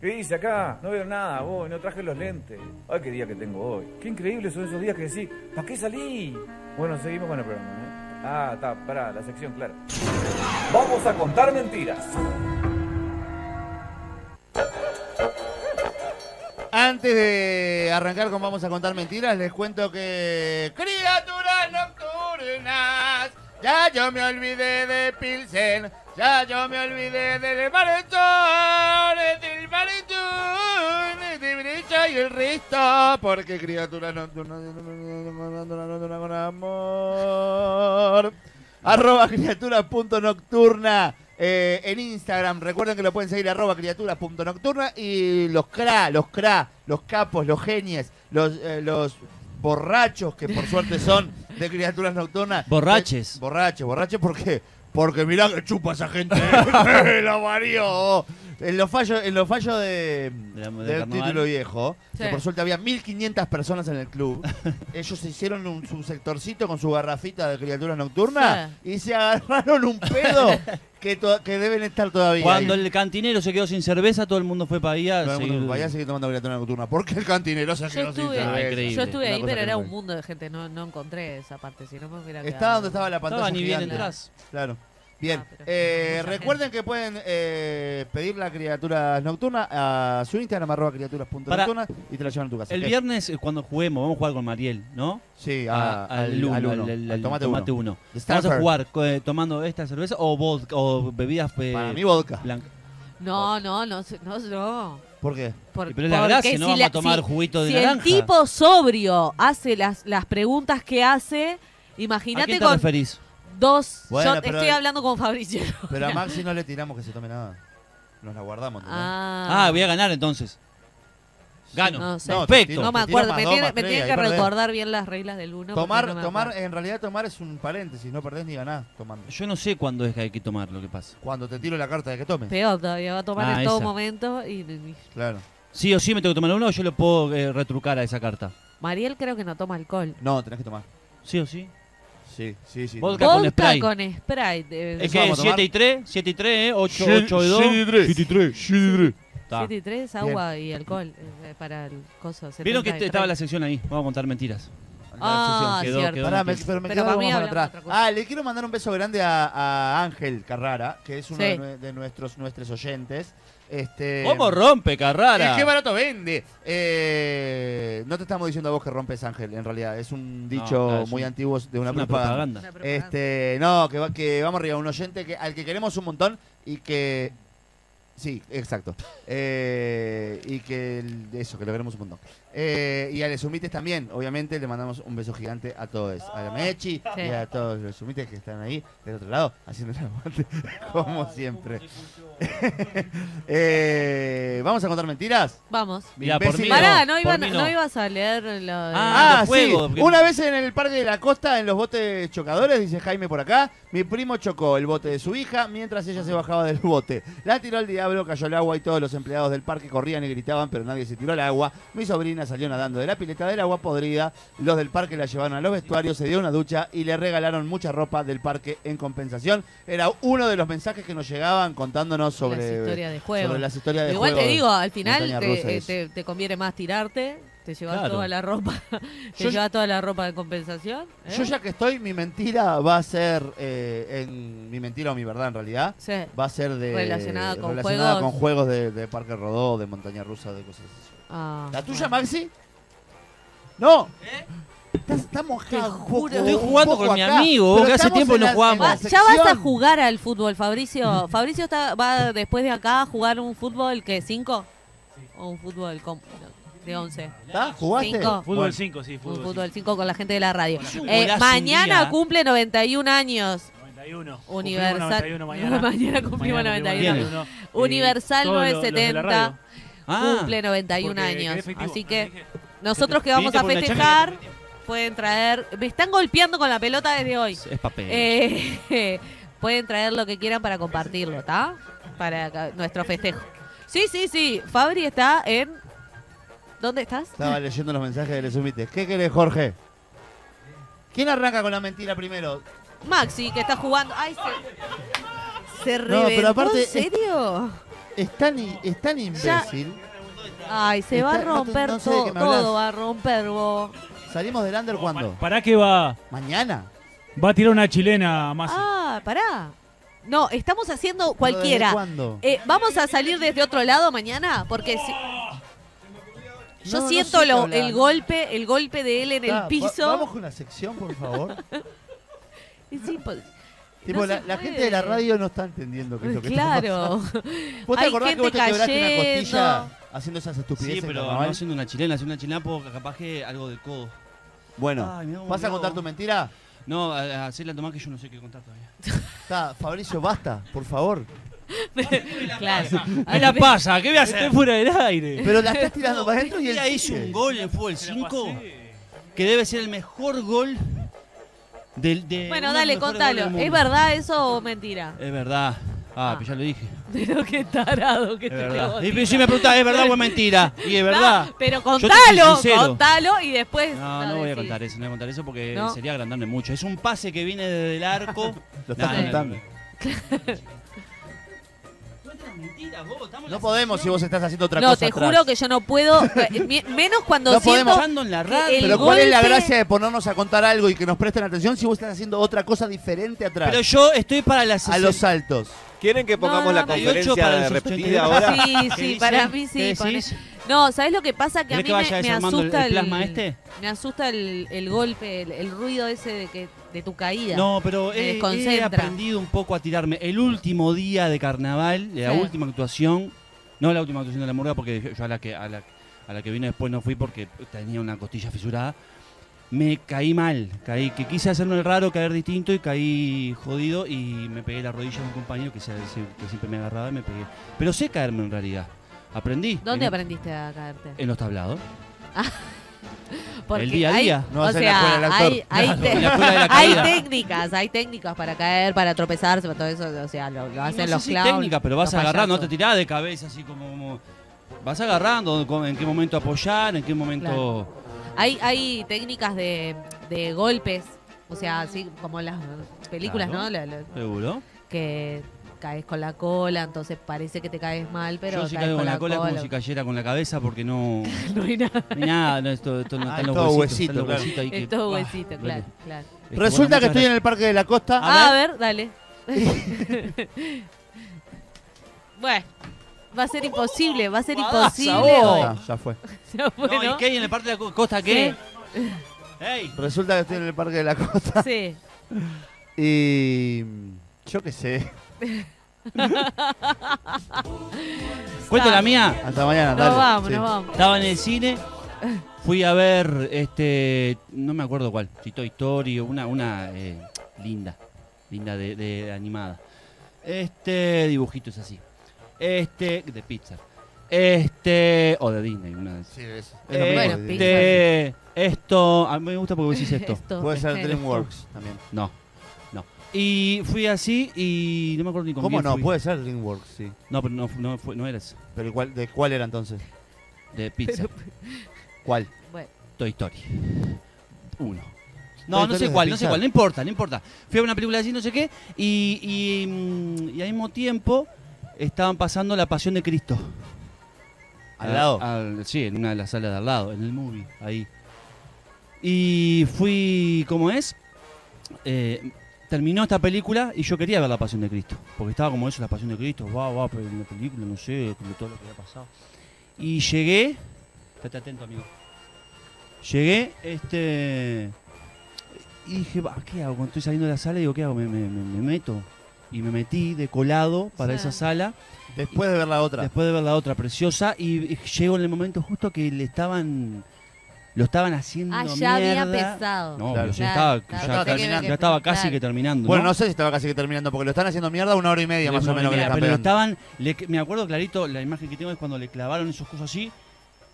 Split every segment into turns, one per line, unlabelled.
¿Qué dice acá? No veo nada, voy, no traje los lentes. Ay, qué día que tengo hoy. Qué increíbles son esos días que decís, ¿para qué salí? Bueno, seguimos con el programa, ¿eh? Ah, está, pará, la sección, claro. Vamos a contar mentiras.
Antes de arrancar con Vamos a contar mentiras, les cuento que. Criaturas nocturnas, ya yo me olvidé de Pilsen, ya yo me olvidé del maratón, del maratón, de brecha y el resto, porque criaturas nocturnas, nocturnas con amor. Arroba criatura.nocturna. Eh, en Instagram. Recuerden que lo pueden seguir arroba criaturas.nocturna y los cra, los cra, los capos, los genies, los, eh, los borrachos que por suerte son de criaturas nocturnas.
Borraches.
Eh, borrachos, borrachos porque porque mirá que chupa esa gente. eh. lo varió. En los fallos, en los fallos de,
De la- del
del
carnaval.
título viejo, que
Sí.
por suerte había 1500 personas en el club, ellos se hicieron un subsectorcito con su garrafita de criaturas nocturnas y se agarraron un pedo que, to- que deben estar todavía.
Cuando
ahí.
el cantinero se quedó sin cerveza, todo el mundo fue para allá.
Todo el mundo
seguir-
vaya a seguir tomando criaturas nocturnas. Porque el cantinero se
Yo
quedó sin
estuve,
Ah,
cerveza.
increíble.
yo estuve
Una
ahí,
cosa
pero
que
era
no
un
es.
mundo de gente. No, no encontré esa parte, si no me hubiera
Estaba
quedado.
donde estaba la pantalla
Estaba ni bien
gigante.
atrás.
Claro. Bien,
Ah, pero
eh,
mucha
recuerden que pueden eh, pedir la criatura nocturna a su Instagram, arroba criaturas.nocturna, y te la llevan a tu casa.
El
¿Qué?
viernes, eh, cuando juguemos, vamos a jugar con Mariel, ¿no?
Sí,
A-
a- al,
uno,
al uno,
al-
al
al
tomate,
tomate
uno.
uno.
The
Vamos a
Stanford.
jugar co- eh, tomando esta cerveza o vodka o bebidas eh,
Para mí vodka.
blancas.
No, no, no, no, no.
¿Por qué?
Por-
Y pero es la
porque
gracia, no
si
vamos
la-
a tomar
si-
juguito de
si
naranja.
el tipo sobrio hace las, las preguntas que hace,
¿A quién
imagínate
te
con
referís?
dos.
Bueno,
yo
pero-
estoy hablando con Fabricio.
Pero a Maxi no le tiramos que se tome nada. Nos la guardamos. ¿entendés?
Ah,
Ah, voy a ganar entonces. Gano.
No sé.
te
Perfecto.
tiro-
No me
te tiro
acuerdo,
más
me
dos,
tiene,
más
me
tres,
tiene
ahí
que
perdés.
recordar bien las reglas del uno. porque
Tomar,
no me
tomar,
acuerdo.
en realidad tomar es un paréntesis, no perdés ni ganás tomando.
Yo no sé cuándo es que hay que tomar lo que pasa.
Cuando te tiro la carta de que tomes.
Peor todavía, va a tomar
Ah,
en todo
esa.
momento. Y, y-
Claro.
Sí o sí me tengo que tomar uno o yo lo puedo eh, retrucar a esa carta.
Mariel creo que no toma alcohol.
No, tenés que tomar.
Sí o sí.
Sí, sí, sí.
Vodka. con
Vodka
Sprite.
con Sprite. eh,
Es
¿Eso
que
vamos a
7
tomar?
y 3, 7 y 3, 8,
Siete-
8 y 2.
siete y tres. Siete y
Está.
7 y 3, agua y alcohol eh, para el coso.
Vieron
70
que
y
te- estaba la
30.
sección ahí. Vamos a contar mentiras.
Ah,
Quedó-
cierto.
quedó-
Pará, me- pero me
Pero
quedo
para
algo
mí
más para
hablamos
atrás.
otra cosa.
Ah, le quiero mandar un beso grande a, a Ángel Carrara, que es uno
Sí.
de, nue- de nuestros nuestros oyentes. Este,
¿Cómo rompe
Eh,
Carrara?
¡Qué barato vende! Eh, no te estamos diciendo a vos que rompes Ángel, en realidad. Es un dicho
claro, es
muy
un-
antiguo de una,
una
propaganda.
propaganda.
Este, no, que, va- que vamos arriba, un oyente que, al que queremos un montón y que. Sí, exacto. Eh, y que el- eso, que lo queremos un montón. Eh, y a los sumites también, obviamente, le mandamos un beso gigante a todos. A la Mechi
Sí.
y a todos los sumites que están ahí del otro lado, haciendo el aguante, como siempre. Eh, ¿Vamos a contar mentiras?
Vamos.
Mirá, por
Imbécil.
mí
Pará, no,
por
iban-
mí
no
no.
ibas a leer lo de-
Ah,
Ah,
los juegos,
sí.
porque-
Una vez en el Parque de la Costa, en los botes chocadores, dice Jaime por acá, mi primo chocó el bote de su hija mientras ella se bajaba del bote. La tiró al diablo, cayó al agua y todos los empleados del parque corrían y gritaban, pero nadie se tiró al agua. Mi sobrina salió nadando de la pileta del agua podrida. Los del parque la llevaron a los vestuarios, se dio una ducha y le regalaron mucha ropa del parque en compensación. Era uno de los mensajes que nos llegaban contándonos sobre
las historias de juego.
sobre las historias de
Igual
juego.
te digo, al final
montaña
te,
rusa
eh,
es.
te- te conviene más tirarte, te llevas
Claro.
toda la ropa, te
Yo-
llevas toda la ropa de compensación. ¿eh?
Yo ya que estoy, mi mentira va a ser, eh, en mi mentira o mi verdad en realidad,
Sí.
va a ser de
Relacionada con
relacionada
juegos.
con juegos de, de Parque Rodó, de Montaña Rusa, de cosas así.
Ah,
¿La tuya,
bueno.
Maxi? ¡No! ¿Eh? Estás, estás mojado.
Te
un
juro.
poco-
Estoy
un
jugando
poco
con mi
acá,
amigo,
pero
que hace
estamos
tiempo
en
no
la- en
jugamos.
la
Va- ya vas a
sección.
jugar al fútbol, Fabricio. Fabricio está, va después de acá a jugar un fútbol que cinco o un fútbol con- de 11.
¿Está? ¿Jugaste?
Cinco.
Fútbol
Bueno,
5, sí,
Un
fútbol,
fútbol 5 con la gente de la radio.
Es un
Eh,
golazo un
mañana
día.
cumple 91 años.
91. Cumplimos
Universal.
91 mañana.
Mañana cumplimos
Mañana
91.
cumplimos 91. Eh,
Universal
todos los- los de la
970.
radio.
Ah,
cumple 91
Porque quedé
años.
festivo,
Así
no
que
dije.
nosotros que vamos
¿Viniste
a
por una charla?
festejar pueden traer. Me están golpeando con la pelota desde hoy.
es papel.
Eh, pueden traer lo que quieran para compartirlo, ¿está? Para acá, nuestro festejo. Sí, sí, sí. Fabri está en. ¿Dónde estás?
Estaba leyendo los mensajes de los sumites. ¿Qué querés, Jorge? ¿Quién arranca con la mentira primero?
Maxi, que está jugando. Ay, se. Se
No, pero
reventó,
aparte-
¿En serio?
Es tan, i- es tan imbécil.
Ay, se va a
Está- no te-
romper
no sé de
todo,
qué me hablas.
todo va a romper vos.
¿Salimos del under cuándo?
¿Para qué va?
¿Mañana?
Va a tirar una chilena más.
Ah, pará. No, estamos haciendo cualquiera.
¿Desde cuándo?
Eh, ¿Vamos a salir desde otro lado mañana? Porque si- yo
No, no
siento
sé qué
lo-
hablar.
el golpe, el golpe de él en
Está,
el
va- Vamos
piso.
con una sección, por favor.
Es impos-
tipo,
No
la,
se
la
puede.
gente de la radio no está entendiendo qué es lo que está
Claro.
pasando. ¿Vos te
Hay
acordás que
gente
vos te quebraste una
cayendo.
costilla haciendo esas
Sí,
estupideces en
pero no
carnaval?
haciendo una chilena, haciendo una chilena porque capaz que algo del codo.
Bueno,
Ay, me da un
¿vas a
miedo.
contar tu mentira?
No, a- a- hacerla tomar que yo no sé qué contar todavía.
Está, Fabricio, basta, por favor.
claro.
¿Qué la pasa? ¿Qué voy a hacer? Estoy fuera del aire.
Pero la estás tirando para adentro y eh, él
Ella hizo
sigue.
un gol en fútbol 5 que debe ser el mejor gol del.
Eh,
de
Bueno,
uno de
dale,
los mejores goles del
contalo.
mundo.
¿Es verdad eso o mentira?
Es verdad. Ah,
Ah.
pues ya lo dije.
Pero qué tarado que
Es
te
verdad.
acabo
Y
de
si me preguntás, ¿es verdad o es mentira? Y es
tirar.
verdad.
Ah, Pero
te soy
contalo,
sincero.
contalo y después.
No, no voy a
decís.
contar eso, no voy a contar eso porque
No.
sería agrandarme mucho. Es un pase que viene desde el arco.
Lo estás
Nah, nah,
contando.
nah, nah.
No podemos si vos estás haciendo otra
No,
cosa
te
atrás.
juro que yo no puedo. eh, mi- menos cuando
No
siento.
podemos.
Estando en la radio.
el
Pero ¿cuál es la
golpe-
gracia de ponernos a contar algo y que nos presten atención si vos estás haciendo otra cosa diferente atrás?
Pero yo estoy para las
a los saltos.
¿Quieren que pongamos
No,
la
no, no.
68
conferencia
para los
repetida
82.
ahora?
Sí,
¿Qué
sí,
dicen?
para mí sí.
¿Qué
pone-
decís?
No, ¿sabes lo que pasa? Que a
¿Querés
mí
que
me,
vaya
me
desarmando el-
asusta
el plasma este?
Me asusta el, el golpe, el, el ruido ese de, que, de tu caída.
No, pero
Me
he, he
desconcentra.
aprendido un poco a tirarme. El último día de carnaval, la
Sí.
última actuación, no la última actuación de la murga, porque yo a la que a la, a la que vine después no fui porque tenía una costilla fisurada. Me caí mal, caí que quise hacerme el raro, caer distinto y caí jodido y me pegué la rodilla de un compañero que, se- que siempre me agarraba y me pegué. Pero sé caerme en realidad. Aprendí.
¿Dónde
en,
aprendiste a caerte?
En los tablados.
Porque
el día a
hay-
día.
No
o
vas a la
sea,
escuela del actor.
hay, hay, te-
en la escuela de la
hay
caída.
técnicas, hay técnicas para caer, para tropezarse, para todo eso. O sea, lo, lo Ah, hacen
no sé
los
si
clowns.
técnica, pero vas
los
agarrando, no te
payasos.
tirás de cabeza así como, como- vas agarrando como en qué momento apoyar, en qué momento
Hay, hay técnicas de, de golpes, o sea, así como las películas,
Claro.
¿no? La- la-
seguro.
que caes con la cola, entonces parece que te caes mal, pero
Yo si
caes
caigo con la cola, como si cayera con la cabeza porque no
no hay nada.
no hay nada, no, esto, esto no
Ah,
están los
es todo
huesitos, están
huesito,
los
claro.
huesitos ahí que-
Es todo
ah,
huesito,
duele.
claro, claro.
Este,
Resulta
bueno,
que
muchas
estoy en el Parque de la Costa.
Ah, A, ver. dale. bueno, va a ser imposible, va a ser
Guadaza,
imposible
vos.
hoy.
Ah, ya fue.
Ya fue,
gracias. No,
¿no?
¿y qué hay en la parte de la co- costa qué? ¡Ey!
Resulta que estoy en el Parque de la Costa.
Sí.
Y. Yo qué sé.
¿Cuento la mía?
Hasta mañana,
Ah,
Nos
dale.
vamos,
Sí.
nos vamos.
Estaba en el cine. Fui a ver, este, no me acuerdo cuál, si Toy Story o una, una eh, linda, linda de, de animada. Este, dibujitos así. Este, de Pixar. Este, o de Disney, una de esas.
Sí, es- es lo mismo.
Eh, Bueno,
Este-
Este, esto, a mí me gusta porque vos decís esto.
Puede ser
este,
DreamWorks también.
No, no. Y fui así y no me acuerdo ni con
¿Cómo
quién
no? Pues-
fui.
Puede ser DreamWorks, sí.
No, pero no, fu- no, fue- no eres
Pero igual, ¿de cuál era entonces?
de Pixar.
¿Cuál?
Bueno,
Toy Story. Uno. No,
Toy Story
no
es
sé
de
cuál, no sé
Pixar.
cuál, no importa, no importa. Fui a una película así, no sé qué, y, y, mm, y al mismo tiempo estaban pasando La Pasión de Cristo.
¿Al
Ah,
lado?
al- sí, en una de las salas de al lado, en el movie, ahí. Y fui, ¿cómo es? Eh, terminó esta película y yo quería ver La Pasión de Cristo, porque estaba como eso, La Pasión de Cristo, va, va, pero en la película, no sé, con todo lo que había pasado. Y llegué, estate atento, amigo. Llegué, este. Y dije, "Bah, ¿qué hago? Cuando estoy saliendo de la sala, digo, ¿qué hago? Me, me- me- me meto. Y me metí de colado para
Sí.
esa sala,
Después de ver la otra.
después de ver la otra preciosa, y y llego en el momento justo que le estaban. Lo estaban haciendo.
Ah, ya había
mierda.
empezado.
No,
Claro.
pero ya
Claro,
estaba,
claro,
ya
estaba
casi-
terminando.
ya estaba casi
Claro.
que terminando.
Bueno, no sé si estaba casi que terminando, porque lo están haciendo mierda una hora y media más o menos que le
Pero
están
lo
pegando.
estaban. le- me acuerdo clarito, la imagen que tengo es cuando le clavaron esos cosas así.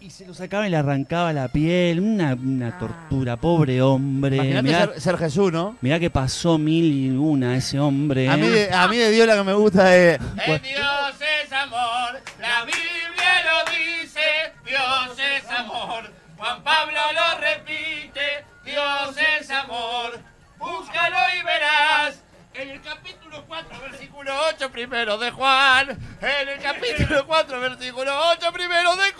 Y se lo sacaban y le arrancaba la piel. Una, una
Ah.
tortura, pobre hombre.
Imagínate
Mirá-
ser, ser Jesús, ¿no?
Mirá que pasó mil y una ese hombre.
A mí,
¿eh?
de, a mí de Dios la que me gusta es.
Bueno.
Dios es amor, la Biblia lo dice, Dios es amor. Juan Pablo lo repite, Dios es amor. Búscalo y verás. En el capítulo 4, versículo versículo 8 primero de Juan. En el capítulo 4, versículo 8 primero de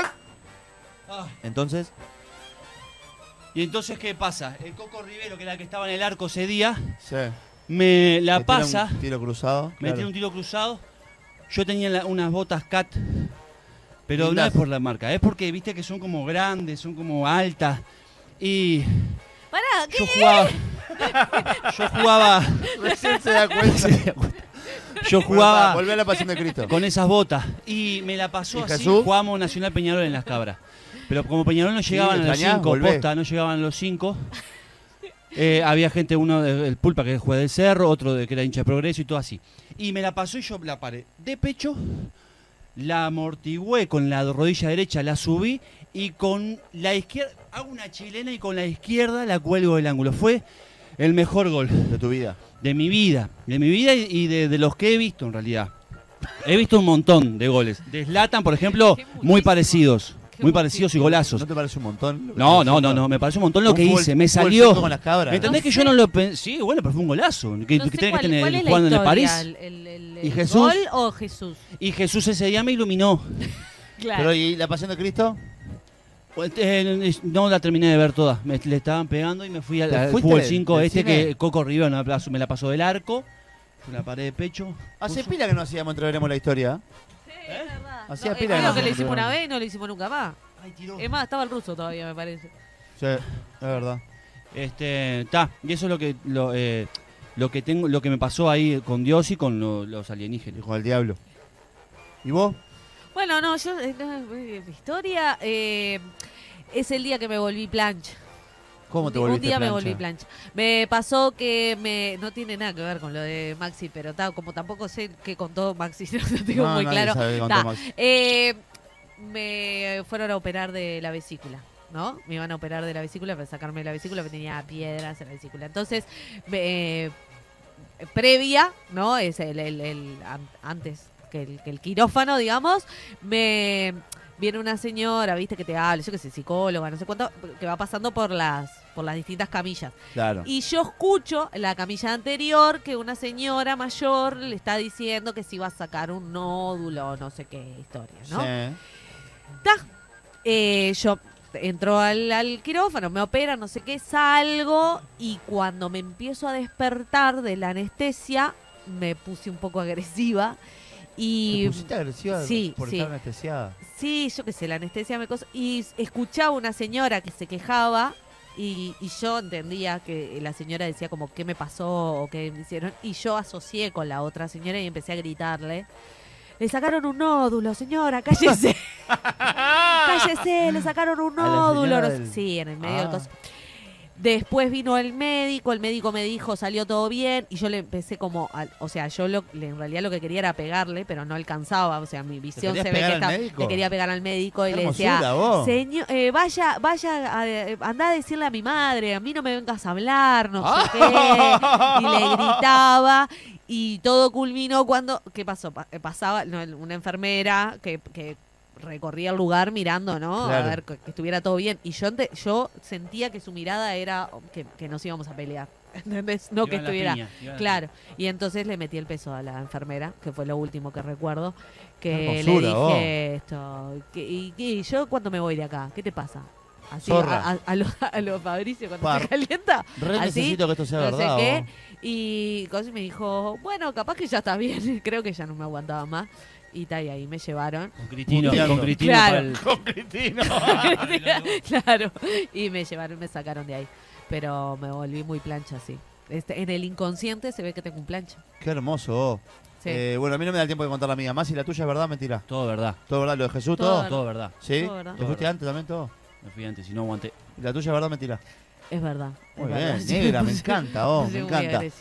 Juan.
Entonces,
Ah, Y entonces, ¿qué pasa? El Coco Rivero, que era la que estaba en el arco ese día,
sí.
me
Le
la
tira
pasa,
un tiro cruzado.
me
claro.
tira un tiro cruzado. Yo tenía la- unas botas cat, pero no
Lindas.
es por la marca, es porque viste que son como grandes, son como altas. Y
Pará, ¿qué?
yo jugaba. Yo jugaba.
Recién se da cuenta.
Yo
Jugaba.
jugaba
Volvé a la pasión de Cristo.
con esas botas. Y me la pasó
¿Y
así.
Jesús?
Jugamos Nacional Peñarol en las cabras. Pero como Peñarol no
Sí,
llegaban a los
extrañás,
cinco,
volvé.
posta, no llegaban a los cinco. eh, había gente, uno del Pulpa que juega del Cerro, otro de que era hincha de Progreso y todo así. Y me la pasó y yo la paré de pecho, la amortigüé con la rodilla derecha, la subí y con la izquierda, hago una chilena y con la izquierda la cuelgo del ángulo. Fue el mejor gol
De tu vida.
de mi vida, de mi vida y- y de, de los que he visto en realidad. He visto un montón de goles. De Zlatan, por ejemplo,
Qué muchísimo.
muy parecidos.
Qué
Muy parecidos y
muchísimo.
golazos.
¿No te parece un montón?
No, no, no, no. Me pareció un montón lo
Un
que
fútbol-
hice. Me
fútbol cinco con
salió.
las cabras.
¿Entendés
No
que
sé.
yo no lo pensé? Sí, bueno, pero fue un golazo. Que,
No
que
sé
tenés
cuál-
que tener
cuál es la
jugando en el
historia,
París.
el- el- el-
¿Y
el
Jesús?
¿Gol o Jesús?
Y Jesús ese día me iluminó.
Claro.
Pero ¿y la pasión de Cristo?
Pues, eh, No la terminé de ver toda. Me, le estaban pegando y me fui al,
¿Te
al
fuiste
fútbol
del-
5
del
este
cine?
que Coco Rivero me la- me la pasó del arco. Fue una pared de pecho.
Hace
puso-
pila que no hacíamos entreveremos la historia.
¿Eh?
Hacía
No,
pila
es
que
lo
no
que
se
le hicimos
encontraban.
una vez y no le hicimos nunca más.
Ay, tiró.
Es más, estaba el ruso todavía, me parece.
Sí, es verdad.
Este, está, y eso es lo que lo, eh, lo que tengo, lo que me pasó ahí con Dios y con lo- los alienígenas.
Hijo del diablo. ¿Y vos?
Bueno, no, yo. eh, no, eh, mi historia eh, es el día que me volví plancha.
¿Cómo te
Un di-
volviste
Un día
plancha?
me volví plancha. Me pasó que me. No tiene nada que ver con lo de Maxi, pero ta, como tampoco sé qué contó Maxi, no lo tengo
No,
muy
nadie
claro.
sabe qué contó
Ta,
Maxi.
eh, me fueron a operar de la vesícula, ¿no? Me iban a operar de la vesícula para sacarme la vesícula, porque tenía piedras en la vesícula. Entonces, me- eh, previa, ¿no? Es el, el- el- an- antes que el, que el quirófano, digamos, me viene una señora, viste, que te habla, yo que sé, psicóloga, no sé cuánto, que va pasando por las, por las distintas camillas.
Claro.
Y yo escucho en la camilla anterior que una señora mayor le está diciendo que si va a sacar un nódulo o no sé qué historia, ¿no?
Sí.
Ta. Eh, yo entro al, al quirófano, me operan, no sé qué, salgo y cuando me empiezo a despertar de la anestesia, me puse un poco agresiva
¿Te
y...
pusiste agresiva
sí,
por
sí.
estar anestesiada?
Sí, yo qué sé, la anestesia me cosa. Y s- escuchaba una señora que se quejaba y, y yo entendía que la señora decía como qué me pasó o qué me hicieron. Y yo asocié con la otra señora y empecé a gritarle. Le sacaron un nódulo, señora, cállese. cállese, le sacaron un
A la
nódulo.
señora
no sé-
del-
Sí, en el medio del
Ah.
coso. Después vino el médico, el médico me dijo, salió todo bien, y yo le empecé como, al- o sea, yo lo- le- en realidad lo que quería era pegarle, pero no alcanzaba, o sea, mi visión se
querías
ve
pegar
que
al
estaba-
médico?
le quería pegar al médico y
Qué
le
hermosura,
decía,
vos.
señor, eh, vaya, vaya, a- eh, andá a decirle a mi madre, a mí no me vengas a hablar, no sé qué, y le gritaba. Y todo culminó cuando, ¿qué pasó? Pa- eh, pasaba no, el- una enfermera que, que recorría el lugar mirando, ¿no?
Claro.
A ver que, que estuviera todo bien. Y yo, ante- yo sentía que su mirada era que, que nos íbamos a pelear, ¿entendés? No que
Iban las
estuviera...
piñas, iban las
Claro, y entonces le metí el peso a la enfermera, que fue lo último que recuerdo,
Qué
que le
hermosura,
dije
vos.
esto, que- y, y yo cuándo me voy de acá, ¿qué te pasa? Así,
Zorra.
a, a, a lo, a lo Fabricio cuando
Par.
se calienta,
Re
así,
necesito que esto sea
no sé
verdad.
qué,
vos.
y Cosi me dijo, bueno, capaz que ya está bien, creo que ya no me aguantaba más, y tal, y ahí me llevaron.
Con Cristina,
Puteando.
con Cristina
Claro.
para el-
Con Cristino.
claro, y me llevaron, me sacaron de ahí, pero me volví muy plancha, sí. Este, en el inconsciente se ve que tengo un plancha.
Qué hermoso. vos.
Sí.
Eh, bueno, a mí no me da el tiempo de contar la mía. Más si la tuya es verdad o mentira.
Todo verdad,
¿Todo verdad? ¿Lo de Jesús todo?
Todo
todo verdad.
¿Sí?
Todo verdad.
¿Te fuiste
Todo
antes también todo?
Me fui antes, si no aguanté.
¿Y la tuya es verdad o mentira?
Es verdad.
Muy
es verdad.
bien,
Sí,
negra,
me
me
puse-
encanta, oh, me
puse muy
encanta.
agresiva.